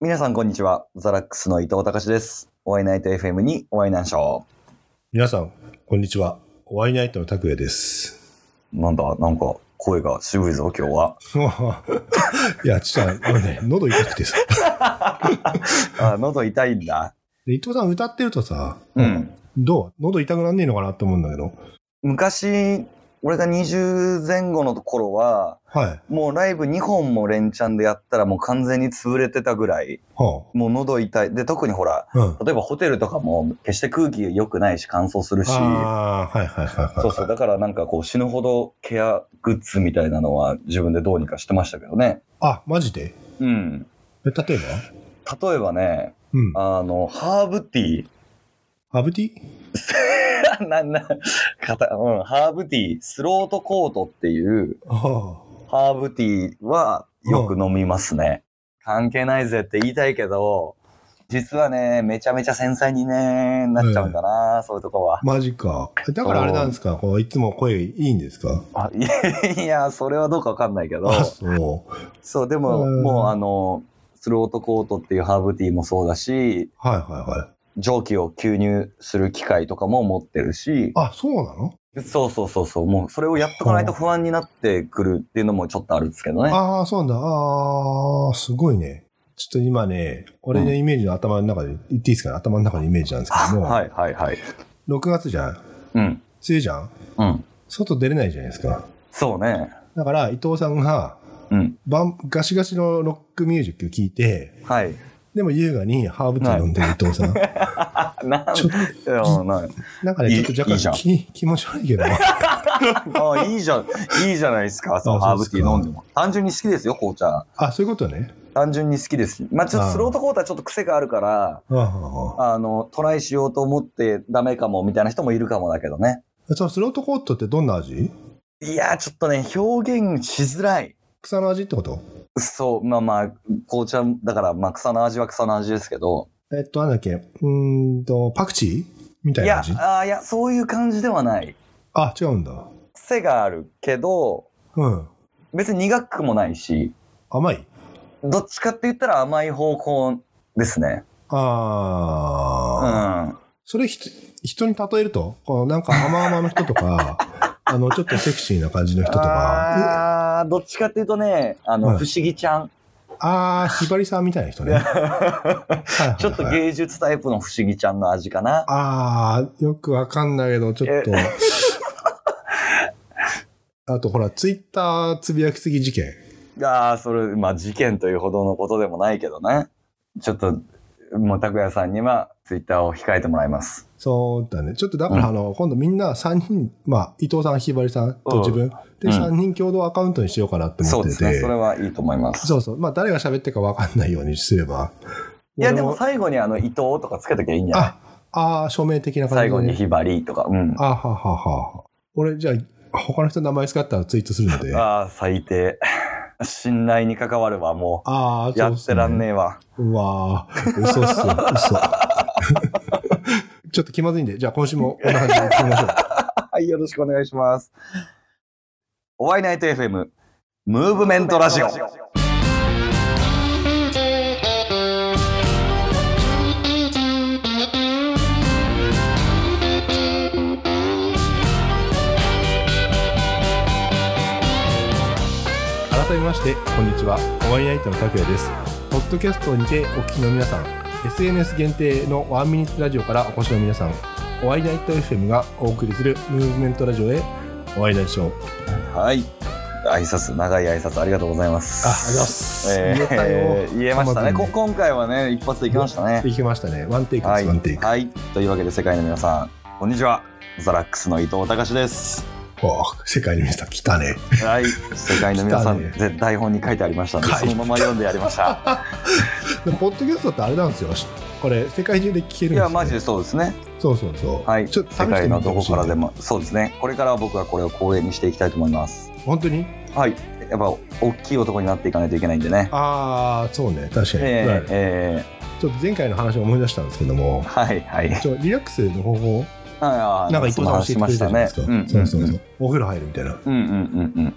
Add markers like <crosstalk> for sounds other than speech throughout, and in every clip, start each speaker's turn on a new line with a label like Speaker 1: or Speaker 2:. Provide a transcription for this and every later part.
Speaker 1: 皆さん、こんにちは。ザラックスの伊藤隆です。お会いナイト FM にお会いなんしょ
Speaker 2: 皆さん、こんにちは。ワイナイトの拓
Speaker 1: <laughs>
Speaker 2: 也です。
Speaker 1: う。なんだ、なんか、声が渋いぞ、今日は。
Speaker 2: いや、ちょっと、あのね、喉痛く
Speaker 1: <laughs>
Speaker 2: てさ。
Speaker 1: あ、喉痛いんだ。
Speaker 2: で伊藤さん歌ってるとさ、
Speaker 1: うん。
Speaker 2: どう喉痛くなんねえのかなと思うんだけど。
Speaker 1: 昔、俺が20前後の頃は、
Speaker 2: はい。
Speaker 1: もうライブ2本も連チャンでやったらもう完全に潰れてたぐらい、
Speaker 2: は
Speaker 1: もう喉痛い。で、特にほら、
Speaker 2: あ、うん。
Speaker 1: 例えばホテルとかも決して空気良くないし乾燥するし、
Speaker 2: ああ、はいはいはいはい。
Speaker 1: そうそう、だからなんかこう死ぬほどケアグッズみたいなのは自分でどうにかしてましたけどね。
Speaker 2: あ、マジで
Speaker 1: うん。
Speaker 2: え、例えば
Speaker 1: 例えばね、
Speaker 2: うん。
Speaker 1: あの、ハーブティ
Speaker 2: ハーブティー
Speaker 1: ー、 <laughs> な、な、かたうん、ハーブティー、スロートコートっていう
Speaker 2: あ
Speaker 1: ハーブティーはよく飲みますね。関係ないぜって言いたいけど、実はね、めちゃめちゃ繊細にね、なっちゃうんだな、そういうとこは
Speaker 2: あ、。マジか。だからあれなんですかこういつも声いいんですか
Speaker 1: あいや <laughs> いや、それはどうかわかんないけど。
Speaker 2: あ、そう。
Speaker 1: そう、でも、
Speaker 2: うん
Speaker 1: もうあの、スロートコートっていうハーブティーもそうだし、
Speaker 2: はいはいはい。
Speaker 1: 蒸気を吸入する機械とかも持ってるし、
Speaker 2: あ、そうなの
Speaker 1: そうそうそうそう、もうそれをやっとかないと不安になってくるっていうのもちょっとあるんですけどね。
Speaker 2: ああ、そうなんだ。ああ、すごいね。ちょっと今ね、俺のイメージの頭の中で、言っていいですかね、頭の中のイメージなんですけ
Speaker 1: あ
Speaker 2: ども、
Speaker 1: はいはいはい。
Speaker 2: 6月じゃん。梅
Speaker 1: うん。
Speaker 2: 雨じゃん。
Speaker 1: うん。
Speaker 2: 外出れないじゃないですか。
Speaker 1: そうね。
Speaker 2: だから、伊藤さんが、
Speaker 1: うん。
Speaker 2: バンガシガシのロックミュージック聞いて、
Speaker 1: <laughs> はい。
Speaker 2: でも優雅にハーブティー飲んでる伊藤
Speaker 1: <laughs>
Speaker 2: さん。
Speaker 1: あ、なん
Speaker 2: ちょ
Speaker 1: いやない
Speaker 2: なんかね、
Speaker 1: いい
Speaker 2: ちょっと若
Speaker 1: いいじゃ
Speaker 2: 干
Speaker 1: ん
Speaker 2: き気持ち悪いけど。
Speaker 1: あ、いいじゃん。いいじゃないですか。その
Speaker 2: あ
Speaker 1: ハーブティー飲んでも。単純に好きですよ、紅茶。
Speaker 2: あ、そういうことね。
Speaker 1: 単純に好きです。まあ、ちょっとスロートコートはちょっと癖があるから、
Speaker 2: ああああ
Speaker 1: あの、トライしようと思ってダメかもみたいな人もいるかもだけどね。
Speaker 2: そのスロートコートってどんな味
Speaker 1: いやー、ちょっとね、表現しづらい。
Speaker 2: 草の味ってこと
Speaker 1: そう、まあまあ、紅茶だから、まあ、草の味は草の味ですけど。
Speaker 2: えっと、なんだっけ、うーんと、パクチーみ
Speaker 1: い
Speaker 2: たいな
Speaker 1: や、
Speaker 2: 味
Speaker 1: あーいや、そういう感じではない。
Speaker 2: あ、違うんだ。
Speaker 1: 癖があるけど、
Speaker 2: うん。
Speaker 1: 別に苦くもないし、
Speaker 2: 甘い
Speaker 1: どっちかって言ったら甘い方向ですね。う
Speaker 2: ああ、
Speaker 1: ん。
Speaker 2: それひと人に例えると、こうなんか甘々の人
Speaker 1: <laughs>
Speaker 2: とか、あの、ちょっとセクシーな感じの人とか、
Speaker 1: あーどっちかっていうとね、あの、
Speaker 2: うん
Speaker 1: 不思議ちゃん。
Speaker 2: ああー、ひばりさんみたいな人
Speaker 1: <laughs>
Speaker 2: ね。はいはいはい
Speaker 1: ちょっと芸術タイプの不思議ちゃんの味かな。
Speaker 2: ああ、よくわかんないけど、ちょっと。 <laughs> あと、ほら、ツイッターつぶやきすぎ事件。
Speaker 1: ああ、それ、まあ事件というほどのことでもないけどね。ちょっと、もう拓也さんにはツイッターを控えてもらいます。
Speaker 2: そうだね。ちょっとだから、あの、今度みんな3人、まあ、伊藤さん、ひばりさんと自分、
Speaker 1: う
Speaker 2: で、
Speaker 1: ん
Speaker 2: 3人共同アカウントにしようかなって
Speaker 1: そ
Speaker 2: 思っ
Speaker 1: うで
Speaker 2: てて。
Speaker 1: すね。それはいいと思います。
Speaker 2: そうそう。まあ、誰が喋ってるかわかんないようにすれば。
Speaker 1: いや、で
Speaker 2: 俺
Speaker 1: も最後にあの、伊藤とかつけときゃいいんじゃない
Speaker 2: あ、ああ、署名的な感じで、
Speaker 1: 最後にひばりとか。うん。
Speaker 2: あははは。俺、じゃあ、他の人の名前使ったらツイートするので。あ
Speaker 1: ああ、最低。信頼に関わるわ、も
Speaker 2: あー、
Speaker 1: う。やってらん
Speaker 2: え。
Speaker 1: ねえわ。 <laughs>
Speaker 2: うわー嘘っす <laughs> よ、嘘。ちょっと気まずいんで、じゃあ今週もこんな感じで行きましょう。
Speaker 1: はい、よろしくお願いします。お会いナイト FM、ムーブメントラジオ。
Speaker 2: 改めまして、こんにちは。おわりナイトの拓也です。ポッドキャストにてお聞きの皆さん、SNS 限定のワンミニッツラジオからお越しの皆さん、おわりナイト FM がお送りするムーブメントラジオへお会いでしょう。
Speaker 1: はい。挨拶、長い挨拶ありがとうございます。
Speaker 2: あ、ありがとうございま
Speaker 1: え
Speaker 2: す。言えたよ。
Speaker 1: ー言えましたね
Speaker 2: 噛ま
Speaker 1: こ
Speaker 2: ずに
Speaker 1: 今回はね一発でいきましたね
Speaker 2: できましたね。ワンテイクです、
Speaker 1: はい、
Speaker 2: ワンテイク。
Speaker 1: はい、というわけで世界の皆さんこんにちはザラックスの伊藤隆です
Speaker 2: <laughs> おー世界の皆さん、来たね。
Speaker 1: はい世界の皆さん、
Speaker 2: 来
Speaker 1: ぜ台本に書いてありましたので
Speaker 2: 書い
Speaker 1: そのまま読んでやりました
Speaker 2: でもポッドキャストってあれなんですよ。しこれ、世界中で聞けるんですよ、
Speaker 1: いやマジでそうですね
Speaker 2: そうそうそう。
Speaker 1: はい
Speaker 2: ちょ
Speaker 1: 世
Speaker 2: っと試してみて
Speaker 1: 界のどこからで
Speaker 2: も。
Speaker 1: もそうですねこれからは僕はこれを公演にしていきたいと思います
Speaker 2: 本当に
Speaker 1: はいやっぱ大きい男になっていかないといけないんでね
Speaker 2: ああ、そうね。確かに、
Speaker 1: え
Speaker 2: は
Speaker 1: ー
Speaker 2: い
Speaker 1: え
Speaker 2: ちょっと前回の話を思い出したんですけども
Speaker 1: ー、はいはい
Speaker 2: ちょリラックスの方法、
Speaker 1: あー
Speaker 2: なんか伊藤さん教えてくれたじゃないです
Speaker 1: そ
Speaker 2: か。
Speaker 1: の話しましたね
Speaker 2: そうそうそう。お風呂入るみたいな。
Speaker 1: うんうんうんうんうん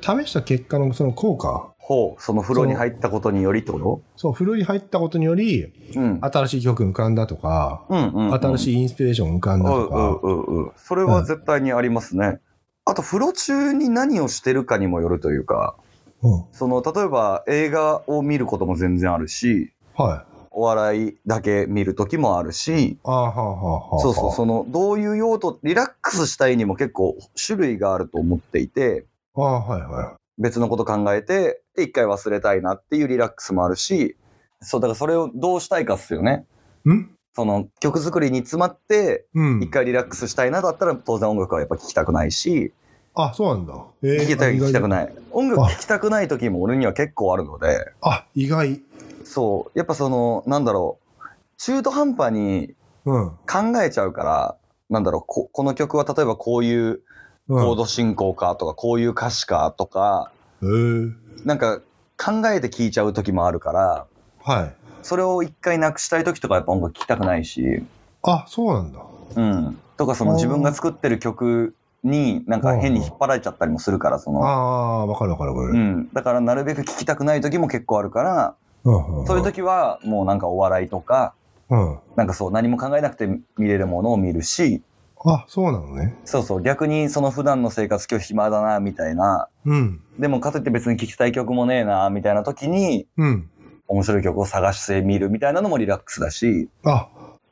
Speaker 2: 試した結果のその効果、
Speaker 1: ほう、その風呂に入ったことによりってこ
Speaker 2: そう、風呂に入ったことにより、
Speaker 1: とうん。
Speaker 2: 新しい曲浮かんだとか、
Speaker 1: うんうんうん、
Speaker 2: 新しいインスピレーション浮かんだ
Speaker 1: うん
Speaker 2: と
Speaker 1: う
Speaker 2: か、
Speaker 1: んうんうん。それは絶対にありますね。あと、風呂中に何をしてるかにもよるというか、
Speaker 2: うん。
Speaker 1: その、例えば映画を見ることも全然あるし、
Speaker 2: はい。
Speaker 1: お笑いだけ見るときもあるし、
Speaker 2: あーはあ、はあ、はあ。
Speaker 1: そうそう、その、どういう用途、リラックスしたいにも結構種類があると思っていて、
Speaker 2: ああ、はい、は
Speaker 1: 別のこと考えて、で一回忘れたいなっていうリラックスもあるし、そう、だからそれをどうしたいかっすよね。
Speaker 2: い。ん
Speaker 1: その、曲作りに詰まって、
Speaker 2: うん。
Speaker 1: 一。回リラックスしたいなだったら当然音楽はやっぱ聴きたくないし、
Speaker 2: あ、そうなんだ。え
Speaker 1: 聴きたい、聴きたく
Speaker 2: い。
Speaker 1: ない。音楽聴きたくない時も俺には結構あるので、
Speaker 2: あ、意外。
Speaker 1: そう、やっぱその、なんだろう、中途半端に
Speaker 2: うん。
Speaker 1: 考えちゃうから、なんだろうこ、この曲は例えばこういう
Speaker 2: うん。
Speaker 1: コード進行かとか、こういう歌詞かとか、
Speaker 2: えー
Speaker 1: なんか考えて聴いちゃう時もあるから、
Speaker 2: はい。
Speaker 1: それを一回なくしたい時とかやっぱ音楽聴きたくないし、
Speaker 2: あ、そうなんだ。
Speaker 1: うん。とかその自分が作ってる曲になんか変に引っ張られちゃったりもするから、そ
Speaker 2: あ
Speaker 1: の、
Speaker 2: あ、わかるわかるわか
Speaker 1: う
Speaker 2: る。
Speaker 1: ん、だからなるべく聞きたくない時も結構あるから、
Speaker 2: うん。ん
Speaker 1: そういう。時はもうなんかお笑いとか
Speaker 2: うん。
Speaker 1: なんかそう何も考えなくて見れるものを見るし
Speaker 2: あ、そうなのね。
Speaker 1: そうそう逆にその普段の生活今日暇だなみたいな
Speaker 2: うん。
Speaker 1: でもかといって別に聴きたい曲もねえなみたいな時に
Speaker 2: うん。
Speaker 1: 面白い曲を探してみるみたいなのもリラックスだし
Speaker 2: あ、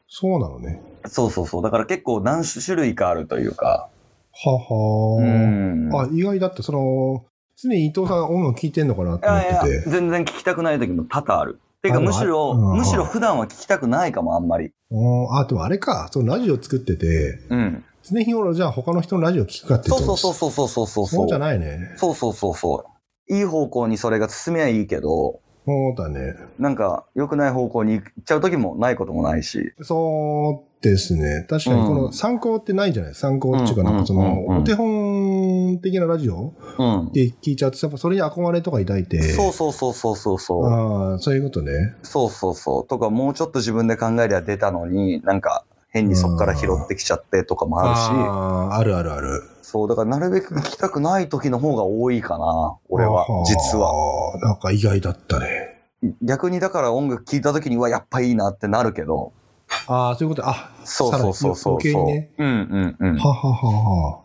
Speaker 2: そうなのね。
Speaker 1: そうそうそうだから結構何種類かあるというか
Speaker 2: はは
Speaker 1: う
Speaker 2: ー。
Speaker 1: ん
Speaker 2: あ、意外だって、その、常に伊藤さん音楽聴いてんのかなと
Speaker 1: いやい
Speaker 2: 思っ
Speaker 1: や
Speaker 2: てて。
Speaker 1: 全然聴きたくない時も多々あるていう
Speaker 2: あ
Speaker 1: か
Speaker 2: る
Speaker 1: むしろ
Speaker 2: ある
Speaker 1: むしろ普段は聴きたくないかもあんまり
Speaker 2: おーあ、でもあれか、そのラジオ作ってて、
Speaker 1: うん
Speaker 2: 常日頃じゃあ他の人のラジオ聴くかって
Speaker 1: そ
Speaker 2: 言
Speaker 1: う
Speaker 2: う
Speaker 1: そ
Speaker 2: と
Speaker 1: うそうそうそうそうそう
Speaker 2: そうじゃないね。
Speaker 1: そうそうそうそう。いい方向にそれが進めばいいけど、
Speaker 2: そうだね。
Speaker 1: なんか良くない方向に行っちゃう時もないこともないし。
Speaker 2: そうですね。確かに、こ
Speaker 1: う
Speaker 2: の
Speaker 1: ん
Speaker 2: 参考ってないじゃない参考っていうか、なんかそ
Speaker 1: うんうん
Speaker 2: の、
Speaker 1: うんうん
Speaker 2: お手本的なラジオ
Speaker 1: うん。
Speaker 2: で聞いちゃうと、やっぱそれに憧れとか抱いて、
Speaker 1: そうそうそうそうそうそう。
Speaker 2: ああ、そういうことね。
Speaker 1: そうそうそう。とかもうちょっと自分で考えりゃ出たのに、なんか変にそっから拾ってきちゃってとかもあるし。
Speaker 2: あーあるあるある。
Speaker 1: そう、だからなるべく聞きたくない時の方が多いかな。俺は、実は。
Speaker 2: は。なんか意外だったね。
Speaker 1: 逆にだから音楽聴いた時にはやっぱいいなってなるけど。
Speaker 2: ああ、そういうこと。あ、
Speaker 1: そうそうそうそう
Speaker 2: さ
Speaker 1: そう。
Speaker 2: らに余計にね。
Speaker 1: うんうんうん。
Speaker 2: はははは。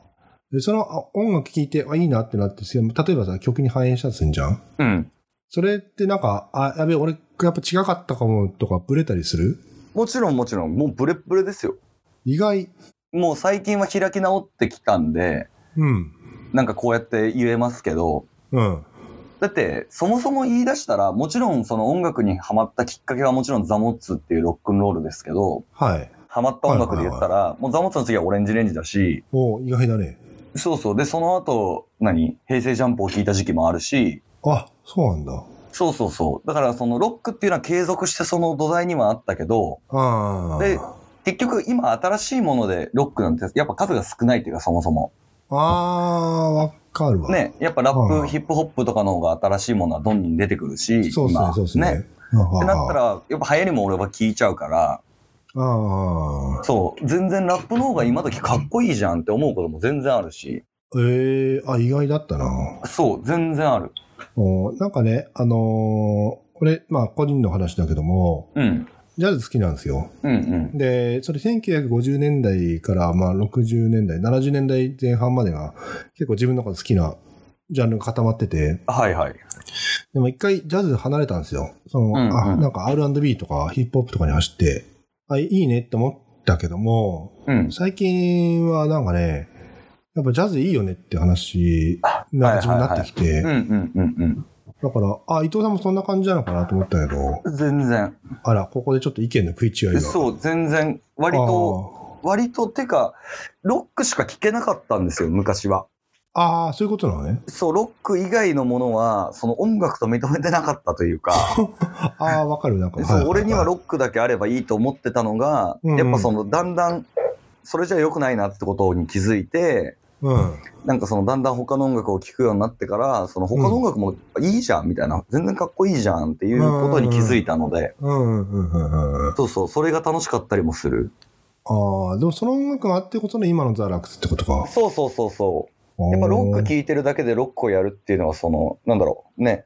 Speaker 2: でそのあ音楽聴いて、あ、いいなってなって、例えばさ、曲に反映したとすんじゃん
Speaker 1: うん。
Speaker 2: それってなんか、あ、やべえ、俺、やっぱ違かったかもとか、ブレたりする
Speaker 1: もちろんもちろん、もうブレッブレですよ。
Speaker 2: 意外。
Speaker 1: もう最近は開き直ってきたんで、
Speaker 2: うん。
Speaker 1: なんかこうやって言えますけど、
Speaker 2: うん。
Speaker 1: だってそもそも言い出したら、もちろんその音楽にハマったきっかけはもちろんザモッツっていうロックンロールですけど、
Speaker 2: はい。
Speaker 1: ハマった音楽で言ったら、もうザモッツの次はオレンジレンジだし、
Speaker 2: お意外だね。
Speaker 1: そうそう。で、その後、何平成ジャンプを聴いた時期もあるし、
Speaker 2: あ、そうなんだ。
Speaker 1: そうそうそう。だからそのロックっていうのは継続してその土台にはあったけど、
Speaker 2: ああ。
Speaker 1: で
Speaker 2: あ
Speaker 1: 結局今新しいものでロックなんてやっぱ数が少ないっていうかそもそも。
Speaker 2: あー、わかるわ。。
Speaker 1: ね、やっぱラップ、
Speaker 2: うん
Speaker 1: ヒップホップとかの方が新しいものはどんどん出てくるし、
Speaker 2: そうですね、
Speaker 1: 今
Speaker 2: そうですね。
Speaker 1: ね。ってなったら、やっぱ流行りも俺は聞いちゃうから、
Speaker 2: ああ。
Speaker 1: そう、全然ラップの方が今時かっこいいじゃんって思うことも全然あるし、
Speaker 2: ええあ、意外だったな。
Speaker 1: そう、全然ある。
Speaker 2: おなんかね、あのー俺、まあ、個人の話だけども、
Speaker 1: うん、
Speaker 2: ジャズ好きなんですよ。
Speaker 1: うん、うん。
Speaker 2: で、それ1950年代から、まあ、60年代、70年代前半までが、結構自分の中で好きなジャンルが固まってて、
Speaker 1: はいはい。
Speaker 2: でも一回ジャズ離れたんですよ。その、
Speaker 1: うんうん
Speaker 2: あ、なんか R&B とかヒップホップとかに走って、あ、いいねって思ったけども、
Speaker 1: うん。
Speaker 2: 最近はなんかね、やっぱジャズいいよねって話、なんか自分になってきて、
Speaker 1: うん、うん、うん、
Speaker 2: だから、あ、伊藤さんもそんな感じなのかなと思ったけど、
Speaker 1: うん。全然。
Speaker 2: あら、ここでちょっと意見の食い違いが。
Speaker 1: そう、全然。
Speaker 2: あ
Speaker 1: 割
Speaker 2: ー、
Speaker 1: と、割と、てか、ロックしか聞けなかったんですよ、昔は。
Speaker 2: ああ、そういうことなのね。
Speaker 1: そう、ロック以外のものは、その音楽と認めてなかったというか、
Speaker 2: ああ、わかる。なんか、
Speaker 1: そう俺にはロ
Speaker 2: ロ
Speaker 1: ックだけあればいいと思ってたのが、
Speaker 2: うんうん
Speaker 1: やっぱそのだんだんそれじゃ良くないなってことに気づいて
Speaker 2: うん。
Speaker 1: なんかそのだんだん他の音楽を聴くようになってからその他の音楽もいいじゃんみたいな、全然かっこいいじゃんっていうことに気づいたので、
Speaker 2: うん、うん、うん、うん。
Speaker 1: そうそうそれが楽しかったりもする
Speaker 2: ああ、でもその音楽があってことの今のザ・ラックスってことか。
Speaker 1: そうそうそうそやっぱロック
Speaker 2: い
Speaker 1: 聴いてるだけでロックをやるっていうのはそのなんだろうね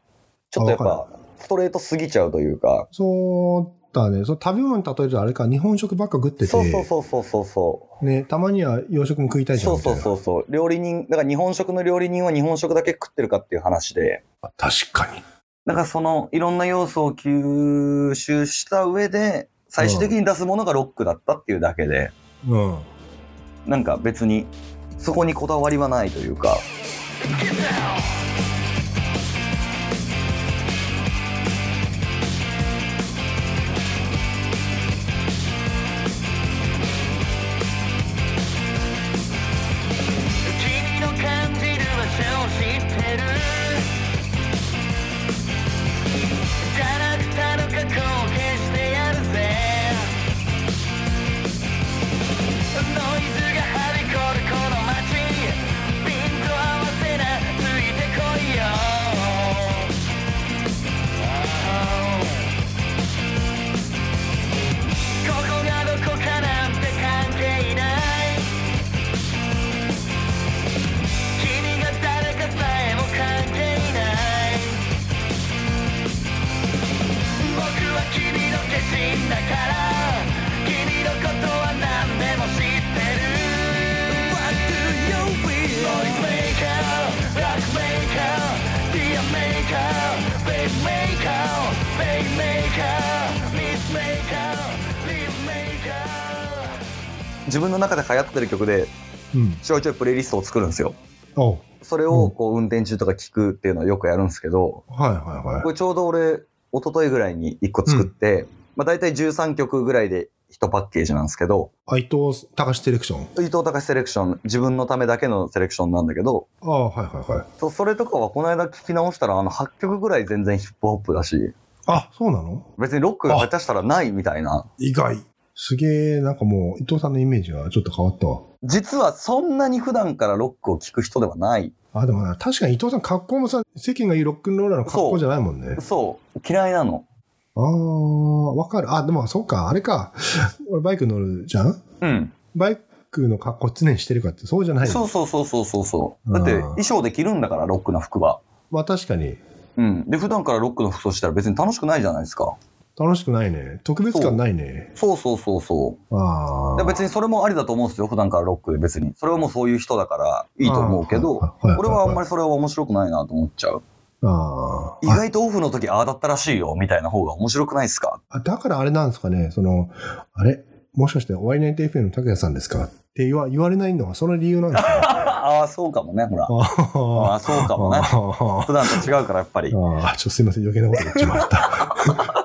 Speaker 1: ちょっとやっ
Speaker 2: あわ
Speaker 1: ぱストレートすぎちゃうというか
Speaker 2: そうだね。その食べ物に例えるとあれか、日本食ばっか食ってて、
Speaker 1: そうそうそうそうそうそ
Speaker 2: ね、たまには洋食も食いた
Speaker 1: う
Speaker 2: いじゃ
Speaker 1: そう
Speaker 2: んみた
Speaker 1: そ
Speaker 2: いうな。
Speaker 1: そうそう料理人だから日本食の料理人は日本食だけ食ってるかっていう話で
Speaker 2: あ確かに。
Speaker 1: だからそのいろんな要素を吸収した上で最終的に出すものがロックだったっていうだけで、
Speaker 2: うん。
Speaker 1: なんか別にそこにこだわりはないというか
Speaker 3: 君の感じる場所を知ってるキャラクターの過去を消してやるぜノイズがはびこるこの街ピント合わせなついてこいよここがどこかなんて関係ない君が誰かさえも関係ない僕は君の化身だから君のことは何でも知ってる What do you feel? Noise maker, rock maker, beer maker, babe maker, babe maker, miss maker, live maker
Speaker 1: 自分の中で流行ってる曲で
Speaker 2: うん。
Speaker 1: ちょいちょいプレイリストを作るんですよ
Speaker 2: おはい
Speaker 1: それをこう運転中とか聞くっていうのはよくやるんですけど
Speaker 2: はいはい。
Speaker 1: これちょうど俺一昨日ぐらいに1個作って、まあ、大体13曲ぐらいで1パッケージなんですけど
Speaker 2: あ伊藤隆セレクション。
Speaker 1: 伊藤隆セレクション自分のためだけのセレクションなんだけど
Speaker 2: ああ、はいはいはい。
Speaker 1: そうそれとかはこの間聞き直したらあの8曲ぐらい全然ヒップホップだし
Speaker 2: あ、そうなの
Speaker 1: 別にロックが下手したらないみたいな
Speaker 2: 意外。すげえ、なんかもう、伊藤さんのイメージがちょっと変わったわ。
Speaker 1: 実はそんなに普段からロックを聴く人ではない
Speaker 2: あ、でもな、確かに伊藤さん格好もさ、世間が言うロックンローラーの格好じゃないもんね。
Speaker 1: そう嫌いなの
Speaker 2: ああ、わかる。あ、でもそうか、あれか。 <laughs> 俺バイク乗るじゃん
Speaker 1: うん
Speaker 2: バイクの格好常にしてるかって、そうじゃない
Speaker 1: そう
Speaker 2: よ。
Speaker 1: そうそうそうそうそうだって
Speaker 2: うん
Speaker 1: 衣装で着るんだからロックな服は
Speaker 2: まあ確かに、
Speaker 1: うんで普段からロックの服装したら別に楽しくないじゃないですか
Speaker 2: 楽しくないね。特別感ないね。
Speaker 1: そうそうそうそ
Speaker 2: あ
Speaker 1: う
Speaker 2: あ。
Speaker 1: で別にそれもありだと思うんですよ普段からロックで別にそれはもうそういう人だからいいと思うけど
Speaker 2: あーはいはい
Speaker 1: 俺はあんま
Speaker 2: り。
Speaker 1: りそれは面白くないなと思っちゃう
Speaker 2: あ
Speaker 1: 意
Speaker 2: ー
Speaker 1: 外とオフの時ああだったらしいよみたいな方が面白くないですか
Speaker 2: あ。だからあれなんですかね、その、あれもしかして、お会いナイト FM の拓也さんですかって言わ言われないのはその理由なんで
Speaker 1: <laughs>
Speaker 2: すか、ね、
Speaker 1: ああそうかもねほらあ
Speaker 2: あ
Speaker 1: あそうかもね
Speaker 2: あ
Speaker 1: 普段と違うからやっぱり
Speaker 2: ああ、ちょっとすいません、余計なこと言ってしま
Speaker 1: <laughs>
Speaker 2: った。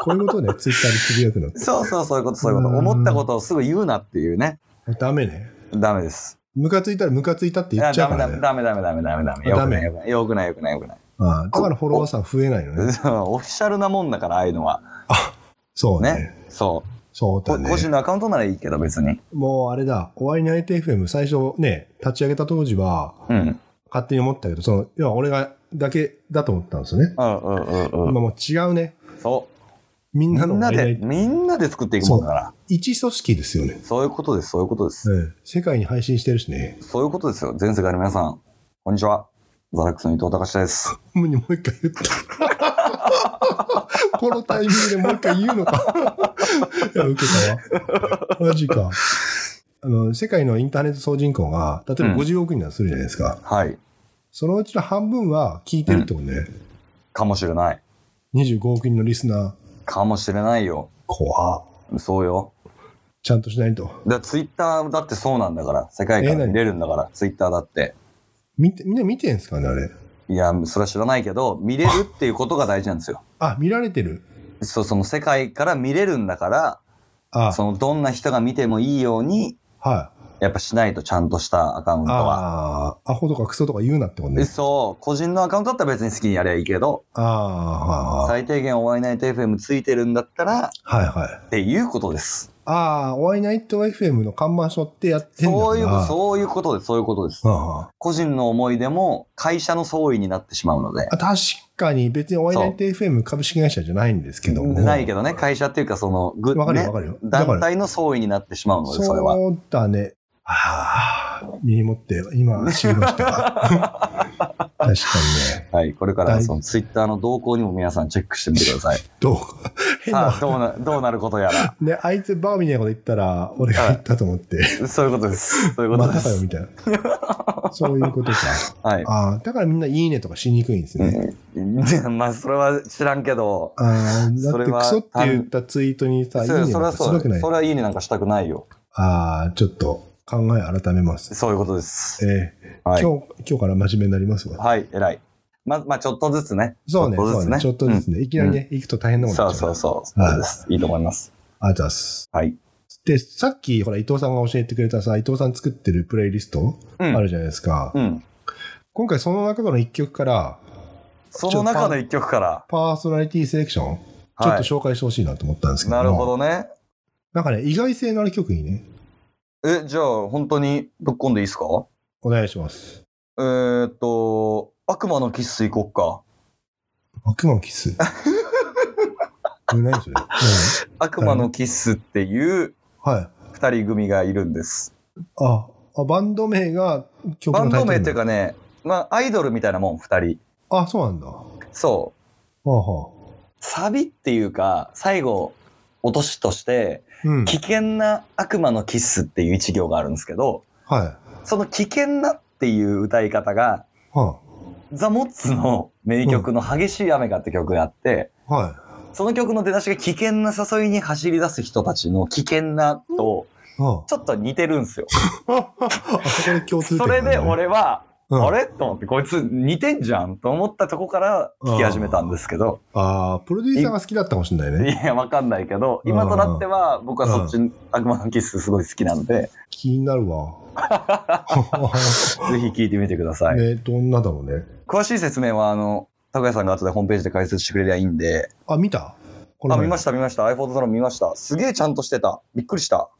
Speaker 2: こういうことをね、ツイッターでつぶやくのって
Speaker 1: そうそうそういうことそういうこと
Speaker 2: うん
Speaker 1: 思ったことをすぐ言うなっていうね
Speaker 2: ダメね。
Speaker 1: ダメです
Speaker 2: ムカついたらムカついたって
Speaker 1: い
Speaker 2: 言
Speaker 1: や
Speaker 2: っちゃ
Speaker 1: ダ
Speaker 2: うか
Speaker 1: メ
Speaker 2: ら
Speaker 1: ダ
Speaker 2: ね
Speaker 1: メ。ダメダメダメダメダメよ
Speaker 2: ダ
Speaker 1: く
Speaker 2: メ
Speaker 1: ないよくないよくないよくないよくない
Speaker 2: ああだからフォロワーさん増えないのね。
Speaker 1: そう <laughs> オフィシャルなもんだからああいうのは
Speaker 2: そうね。
Speaker 1: ねそう
Speaker 2: そう
Speaker 1: こ
Speaker 2: だね。
Speaker 1: 個人のアカウントならいいけど別に
Speaker 2: もうあれだ、お会いにい FM 最初ね、立ち上げた当時は、
Speaker 1: うん
Speaker 2: 勝手に思ったけど、その、要は俺がだけだと思ったんですよね。
Speaker 1: うんうんうんうん
Speaker 2: 今もう違うね。
Speaker 1: そう
Speaker 2: みん
Speaker 1: み
Speaker 2: なの
Speaker 1: んな
Speaker 2: お会
Speaker 1: で
Speaker 2: いに会い
Speaker 1: みんなで作っていくもんだから
Speaker 2: 一組織ですよね。
Speaker 1: そういうことですそういうことです
Speaker 2: うん。世界に配信してるしね。
Speaker 1: そういうことですよ全世界の皆さんこんにちはザラックスの伊藤隆です
Speaker 2: もうもう一回言った。このタイミングでもう一回言うのか。いや、受けたわ。マジか。あの、世界のインターネット総人口が、例えば
Speaker 1: うん
Speaker 2: 50億人だとするじゃないですか。
Speaker 1: はい
Speaker 2: そのうちの半分は聞いてるってことね。
Speaker 1: かもしれない
Speaker 2: 25億人のリスナー、
Speaker 1: かもしれないよ
Speaker 2: 怖っ
Speaker 1: そうよ
Speaker 2: ちゃんとしないと。
Speaker 1: だツイッターだってそうなんだから世界
Speaker 2: え
Speaker 1: 観
Speaker 2: 何
Speaker 1: 見れるんだからツイッターだって
Speaker 2: 見て、みんな見てんすかね、あれ。
Speaker 1: いやそれは知らないけど見れるっていうことが大事なんですよ
Speaker 2: あ、見られてる。
Speaker 1: そうその世界から見れるんだから
Speaker 2: あ、
Speaker 1: そのどんな人が見てもいいように
Speaker 2: はい。
Speaker 1: やっぱしないとちゃんとしたアカウントは
Speaker 2: ああ、アホとかクソとか言うなってこと
Speaker 1: で
Speaker 2: ね。
Speaker 1: そう個人のアカウントだったら別に好きにやりゃいいけど
Speaker 2: ああー、
Speaker 1: 最低限お会いないと FM ついてるんだったら
Speaker 2: はいはい。
Speaker 1: っていうことです
Speaker 2: ああ、お会いナイト FM の看板しょってやってんだから
Speaker 1: そういうそういうことですそういうことです
Speaker 2: あ
Speaker 1: 個人の思い出も会社の総意になってしまうので
Speaker 2: あ確かに別にお会いナイト FM 株式会社じゃないんですけども。
Speaker 1: ないけどね会社っていうかそのグ
Speaker 2: わかるよ
Speaker 1: ね
Speaker 2: わかるよ。だか
Speaker 1: 団
Speaker 2: ら、
Speaker 1: 体の総意になってしまうのでそれは
Speaker 2: そうだね。ああ、身に持って、今、知り
Speaker 1: <laughs>
Speaker 2: ましたわ。確かにね。
Speaker 1: はい、これから
Speaker 2: はい
Speaker 1: そのツイッターの動向にも皆さんチェックしてみてください。
Speaker 2: <laughs> どう変
Speaker 1: さ
Speaker 2: な
Speaker 1: あ、。どうな、どうなることやら。
Speaker 2: ね、あいつバーみたいなこと言ったら、俺が言ったと思って、
Speaker 1: そういうことです。そういうこ
Speaker 2: ま
Speaker 1: とで
Speaker 2: たかよ
Speaker 1: す。
Speaker 2: みたいな。そういうことか。
Speaker 1: はい。
Speaker 2: ああ、だからみんないいねとかしにくいんですね。
Speaker 1: うん <laughs> まあ、それは知らんけど。
Speaker 2: ああ、だ
Speaker 1: そ
Speaker 2: っ
Speaker 1: れ
Speaker 2: て
Speaker 1: は
Speaker 2: クソって言ったツイートにさ、いい
Speaker 1: それ
Speaker 2: ね
Speaker 1: それ
Speaker 2: な
Speaker 1: は
Speaker 2: んかし
Speaker 1: そう
Speaker 2: なくな
Speaker 1: だ。
Speaker 2: い
Speaker 1: それはいいねなんかしたくないよ。
Speaker 2: ああ、ちょっと考え改めます。
Speaker 1: そういうことです。
Speaker 2: ええ
Speaker 1: はい。
Speaker 2: 今日、今日から真面目になりますわ。
Speaker 1: はい、偉い。ま、まあ、ちょっとずつね。
Speaker 2: そうね、
Speaker 1: ちょっと
Speaker 2: そ
Speaker 1: ずつ
Speaker 2: う
Speaker 1: ね
Speaker 2: ね。ちょっとですね。いきなりね、行くと大変なこと
Speaker 1: そう
Speaker 2: になっちゃ
Speaker 1: そう
Speaker 2: う。
Speaker 1: そう。そうです。いいと思います。
Speaker 2: あざっす。
Speaker 1: はい。
Speaker 2: で、さっき、ほら、伊藤さんが教えてくれたさ、伊藤さん作ってるプレイリスト
Speaker 1: う
Speaker 2: あ
Speaker 1: ん。
Speaker 2: るじゃないですか。
Speaker 1: うん。
Speaker 2: 今回、その中からの一曲から、
Speaker 1: その中の一曲から。
Speaker 2: パーソナリティセレクション、ちょっ
Speaker 1: は
Speaker 2: と
Speaker 1: い。
Speaker 2: 紹介してほしいなと思ったんですけども。
Speaker 1: なるほどね。
Speaker 2: なんかね、意外性のある曲いいね。
Speaker 1: え、じゃあ、本当にぶっこんでいいですか
Speaker 2: お願いします。
Speaker 1: えー、っと、悪魔のキッス行こ
Speaker 2: 悪魔のキ
Speaker 1: <laughs>
Speaker 2: ス。え何それ何
Speaker 1: っか。悪魔のキッスっていう
Speaker 2: はい。
Speaker 1: 二人組がいるんです。
Speaker 2: あ、あバンド名が曲
Speaker 1: バ
Speaker 2: の
Speaker 1: ン
Speaker 2: タイ
Speaker 1: ド
Speaker 2: トル
Speaker 1: 名っていうかね、まあ、アイドルみたいなもん、二人。
Speaker 2: あ、そうなんだ。は
Speaker 1: そう。
Speaker 2: あはあ。
Speaker 1: サビっていうか、最後、落としとして、
Speaker 2: うん。
Speaker 1: 危険な悪魔のキッスっていう一行があるんですけど、
Speaker 2: はい。
Speaker 1: その危険なっていう歌い方が、
Speaker 2: は
Speaker 1: ザ・モッツの名曲の激しい雨がって曲があって、
Speaker 2: あ。はい。
Speaker 1: その曲の出だしが危険な誘いに走り出す人たちの危険なと、 <laughs>
Speaker 2: は
Speaker 1: ちょっと似てるんですよ。
Speaker 2: あ。あそこで共通点
Speaker 1: それで俺は、
Speaker 2: うん
Speaker 1: あれと思って、こいつ似てんじゃんと思ったとこから聞き始めたんですけど、
Speaker 2: ああ、プロデューサーが好きだったかもしれない
Speaker 1: い
Speaker 2: ね。
Speaker 1: や、わかんないけど、今となっては僕はそっち、悪魔のキッスすごい好きなんで、
Speaker 2: 気になるわ。
Speaker 1: ぜひ聞いてみてください。
Speaker 2: ね、どんなだろうね。
Speaker 1: 詳しい説明は、あの、高谷さんが後でホームページで解説してくれりゃいいんで、
Speaker 2: あ、見たこ。
Speaker 1: あ、見ましたた見ました。iPhone ロ見ました。すげえちゃんとしてた。びっくりした。
Speaker 2: あ、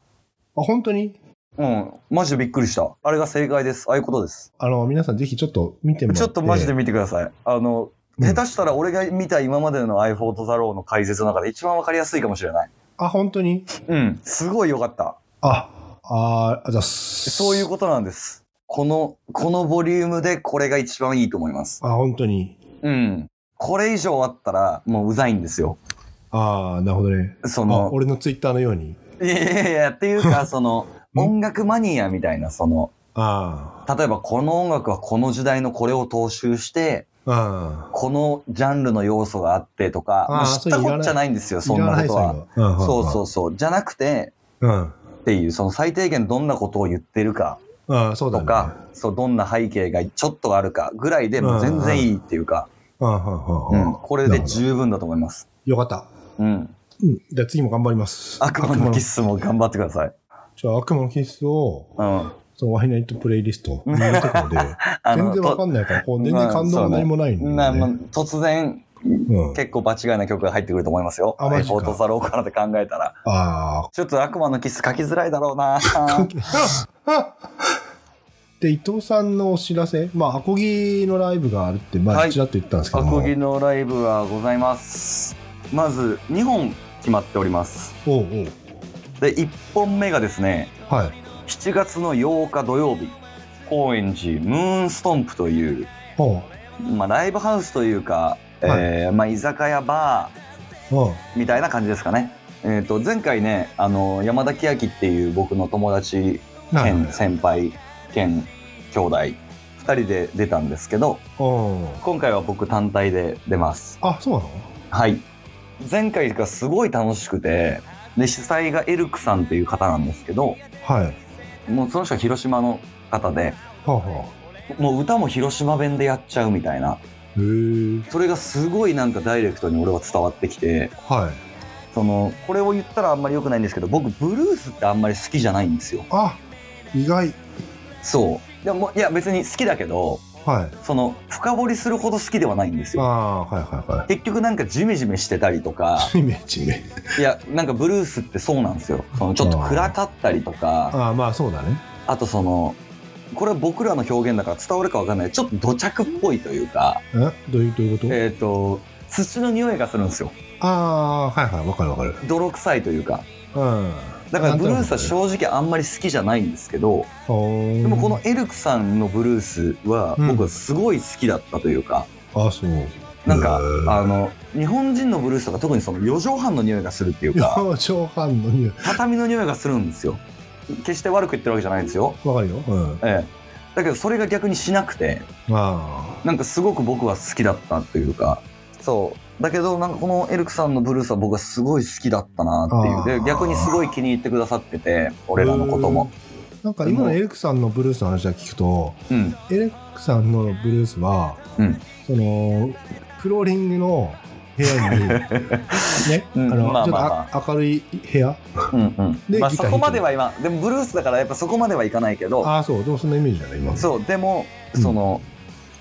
Speaker 2: 本当に
Speaker 1: うん、マジでびっくりした。あれが正解です。ああいうことです。
Speaker 2: あの、皆さんぜひちょっと見てもらって。
Speaker 1: ちょっとマジで見てください。あの、
Speaker 2: うん
Speaker 1: 下手したら俺が見た今までの iPhone とザローの解説の中で一番わかりやすいかもしれない。
Speaker 2: あ、本当に
Speaker 1: うん、すごい良かった。
Speaker 2: あ、あー、あざっす。
Speaker 1: そういうことなんです。この、このボリュームでこれが一番いいと思います。
Speaker 2: あ、本当に。
Speaker 1: うん。これ以上あったらもううざいんですよ。
Speaker 2: ああ、なるほどね。
Speaker 1: そ
Speaker 2: あ、
Speaker 1: の、
Speaker 2: 俺のツイッターのように。
Speaker 1: いやいやいや、っていうか、その、
Speaker 2: ん
Speaker 1: 音楽マニアみたいな、その、
Speaker 2: あ
Speaker 1: 例えばこの音楽はこの時代のこれを踏襲して、
Speaker 2: あ、あ
Speaker 1: このジャンルの要素があってとか、
Speaker 2: あー
Speaker 1: まあ知ったこっちゃないんですよ、
Speaker 2: あ。
Speaker 1: そんなことは。
Speaker 2: いらない
Speaker 1: そうそううそう。じゃなくて、
Speaker 2: ん。うん。うん
Speaker 1: っていう、その最低限どんなことを言ってるか
Speaker 2: ああ、そうだ
Speaker 1: と
Speaker 2: ね。
Speaker 1: か、そう、どんな背景がちょっとあるかぐらいでもう全然いいっていうか、
Speaker 2: ああああ
Speaker 1: う
Speaker 2: ああ
Speaker 1: ん、これで十分だと思います。
Speaker 2: よかった。
Speaker 1: うん。
Speaker 2: うん。じゃあ次も頑張ります。
Speaker 1: 悪魔のキ
Speaker 2: ス。
Speaker 1: スも頑張ってください。
Speaker 2: じゃあ悪魔のキスを、
Speaker 1: うん。
Speaker 2: そのワイナイトプレイリストに入れてくので、
Speaker 1: あ
Speaker 2: 全
Speaker 1: の
Speaker 2: 然わかんないから、こう全然感動も何もないんで、
Speaker 1: と
Speaker 2: ね。
Speaker 1: なまあ突然、
Speaker 2: うん、
Speaker 1: 結構場違いな曲が入ってくると思いますよ。
Speaker 2: あマジか
Speaker 1: フォートサローからで考えたら。
Speaker 2: あ
Speaker 1: ちょっと悪魔のキス書きづらいだろうな。
Speaker 2: あ。で、伊藤さんのお知らせ、まあ、アコギのライブがあるって、ま
Speaker 1: は
Speaker 2: あ、
Speaker 1: い
Speaker 2: ちらっと言ったんですけ
Speaker 1: ア
Speaker 2: ども、
Speaker 1: コギのライブはございます。まず、2本決まっております。
Speaker 2: おうおう
Speaker 1: で、1本目がですね、
Speaker 2: はい。
Speaker 1: 7月の8日土曜日高円寺ムーンストンプという、
Speaker 2: おう
Speaker 1: まあ、ライブハウスというか、
Speaker 2: はい
Speaker 1: えーまあ、居酒屋バ
Speaker 2: おう
Speaker 1: ーみたいな感じですかね、えー、と前回ねあの山田明っていう僕の友達
Speaker 2: なる
Speaker 1: 兼先輩兼兄弟2人で出たんですけど
Speaker 2: ほど。おう
Speaker 1: 今回は僕単体で出ます
Speaker 2: あ、そうなの
Speaker 1: はい前回がすごい楽しくてで主催がエルクさんっていう方なんですけど
Speaker 2: はい。は
Speaker 1: もうその人は広島の方で
Speaker 2: あ、は
Speaker 1: もう歌も広島弁でやっちゃうみたいな
Speaker 2: あ。へえ。
Speaker 1: それがすごいなんかダイレクトに俺は伝わってきて
Speaker 2: はい。
Speaker 1: そのこれを言ったらあんまり良くないんですけど僕ブルースってあんまり好きじゃないんですよ
Speaker 2: あ、意外。
Speaker 1: そうでもいや別に好きだけど
Speaker 2: はい。
Speaker 1: その深掘りするほど好きではないんです
Speaker 2: あ
Speaker 1: よ
Speaker 2: あ、はいはいはい。
Speaker 1: 結局なんかジメジメしてたりとか
Speaker 2: <laughs> イメージね。
Speaker 1: いやなんかブルースってそうなんですよそのちょっと暗かったりとか
Speaker 2: ああ、まあそうだね。
Speaker 1: あとそのこれは僕らの表現だから伝わるかわかんないちょっと土着っぽいというか
Speaker 2: えどういうどういうこと、
Speaker 1: えっ、と土の匂いがするんですよ
Speaker 2: ああ、はいはい、わかるわかる。
Speaker 1: 泥臭いというか
Speaker 2: うん。
Speaker 1: だからブルースは
Speaker 2: ョ
Speaker 1: 正直あんまり好きじゃないんですけど、
Speaker 2: で
Speaker 1: でもこのエルクさんのブルースは
Speaker 2: うん
Speaker 1: 僕はすごい好きだったというか、
Speaker 2: あそう
Speaker 1: なんか
Speaker 2: へー
Speaker 1: あの日本人のブルースとか特にその4畳半の匂いがするっていう
Speaker 2: <laughs>
Speaker 1: か
Speaker 2: 四畳半の匂い
Speaker 1: 畳の匂いがするんですよ決して悪く言ってるわけじゃないんですよ、
Speaker 2: わかるようん
Speaker 1: ええ、だけどそれが逆にしなくて
Speaker 2: あ
Speaker 1: なんかすごく僕は好きだったというかそうだけどなんかこのエルクさんのブルースは僕はすごい好きだったなってい
Speaker 2: あ
Speaker 1: う
Speaker 2: ー
Speaker 1: で逆にすごい気に入ってくださってて俺らのことも
Speaker 2: あなんか今のエレクさんのブルースの話は聞くと
Speaker 1: うん
Speaker 2: エレクさんのブルースは、
Speaker 1: うん
Speaker 2: そのフローリングの部屋
Speaker 1: <laughs>
Speaker 2: にね、
Speaker 1: うん
Speaker 2: あの
Speaker 1: まあ
Speaker 2: ちょっと
Speaker 1: まあ
Speaker 2: あ明るい部屋
Speaker 1: うんう
Speaker 2: で
Speaker 1: んまあ
Speaker 2: ギ
Speaker 1: そ
Speaker 2: ター弾いてる
Speaker 1: こまでは今でもブルースだからやっぱそこまではいかないけど
Speaker 2: ああそうでもそんなイメージじゃない今
Speaker 1: そうでも
Speaker 2: うん
Speaker 1: その、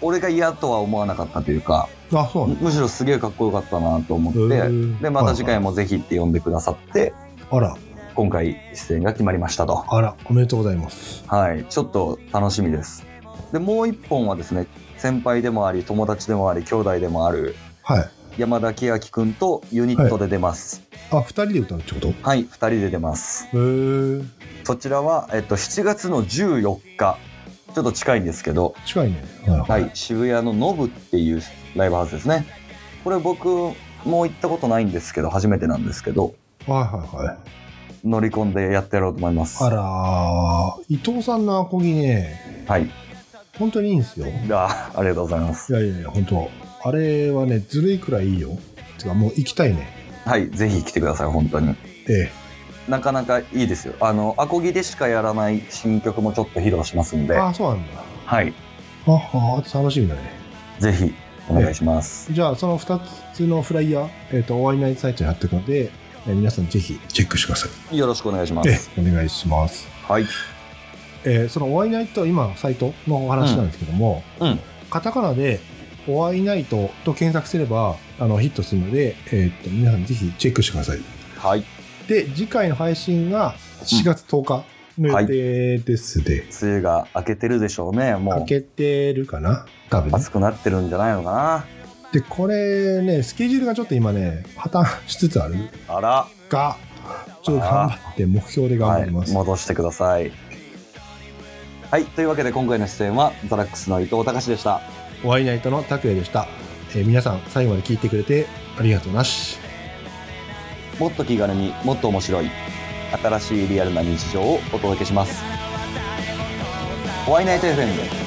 Speaker 1: 俺が嫌とは思わなかったというか
Speaker 2: あそうなんだ
Speaker 1: むしろすげえかっこよかったなと思っ
Speaker 2: へ
Speaker 1: て
Speaker 2: ー
Speaker 1: でまた次回
Speaker 2: はい
Speaker 1: もぜひって呼んでくださって
Speaker 2: あら
Speaker 1: 今回出演が決まりましたと
Speaker 2: あらおめでとうございます
Speaker 1: はいちょっと楽しみですでもう一本はですね先輩でもあり友達でもあり兄弟でもある
Speaker 2: はい
Speaker 1: 山田喜明くんとユニットで出ます
Speaker 2: あ二人で歌うってことへ
Speaker 1: はい、二2人で出ます
Speaker 2: え
Speaker 1: そちらは、えっと、7月の14日ちょっと近いんですけど
Speaker 2: 近いねは
Speaker 1: はいい、渋谷のノブっていうライブハウスですね。これ僕も行ったことないんですけど、初めてなんですけど、
Speaker 2: はいはいはい
Speaker 1: 乗り込んでやってやろうと思います。
Speaker 2: あらー伊藤さんのアコギね
Speaker 1: はい。
Speaker 2: 本当にいいんですよい
Speaker 1: あありがとうございます。
Speaker 2: やいやいや本当あれはねずるいくらいいいよてかもう行きたいね
Speaker 1: はい、ぜひ来てください、本当に。
Speaker 2: え
Speaker 1: なかなかいいですよ。あの、アコギでしかやらない新曲もちょっと披露しますん
Speaker 2: え
Speaker 1: で、
Speaker 2: ああそうなんだ
Speaker 1: はい、
Speaker 2: ああ楽しみだね
Speaker 1: ぜひお願いします。
Speaker 2: じゃあその2つのフライヤー、えー、と終わりないサイトに貼っておくので、えー皆さんぜひチェックしてください、
Speaker 1: よろしくお願いしま
Speaker 2: え
Speaker 1: す。
Speaker 2: えお願いします、
Speaker 1: はい。
Speaker 2: えーその「お会いナイト」今サイトのお話なんですけども、
Speaker 1: うんうん
Speaker 2: カタカナで「お会いナイト」と検索すればあのヒットするので、えー、と皆さんぜひチェックしてください
Speaker 1: はい。
Speaker 2: で次回の配信が4月10日の予定ですで、
Speaker 1: 梅雨が明けてるでしょうね、も
Speaker 2: 開
Speaker 1: う。
Speaker 2: けてるかな多分ね
Speaker 1: 暑くなってるんじゃないのか
Speaker 2: でこれねスケジュールがちょっと今ね破綻しつつある
Speaker 1: な。あら。
Speaker 2: が、ちょっと頑張って、目標で頑張ります。
Speaker 1: はい、戻してくださいはいというわけで今回の出演はザラックスの伊藤隆でした
Speaker 2: 終わりナイトの拓也でした。えー皆さん、最後まで聞いてくれてありがとうなし。
Speaker 1: もっと気軽にもっと面白い新しいリアルな日常をお届けしますホワイナイト FM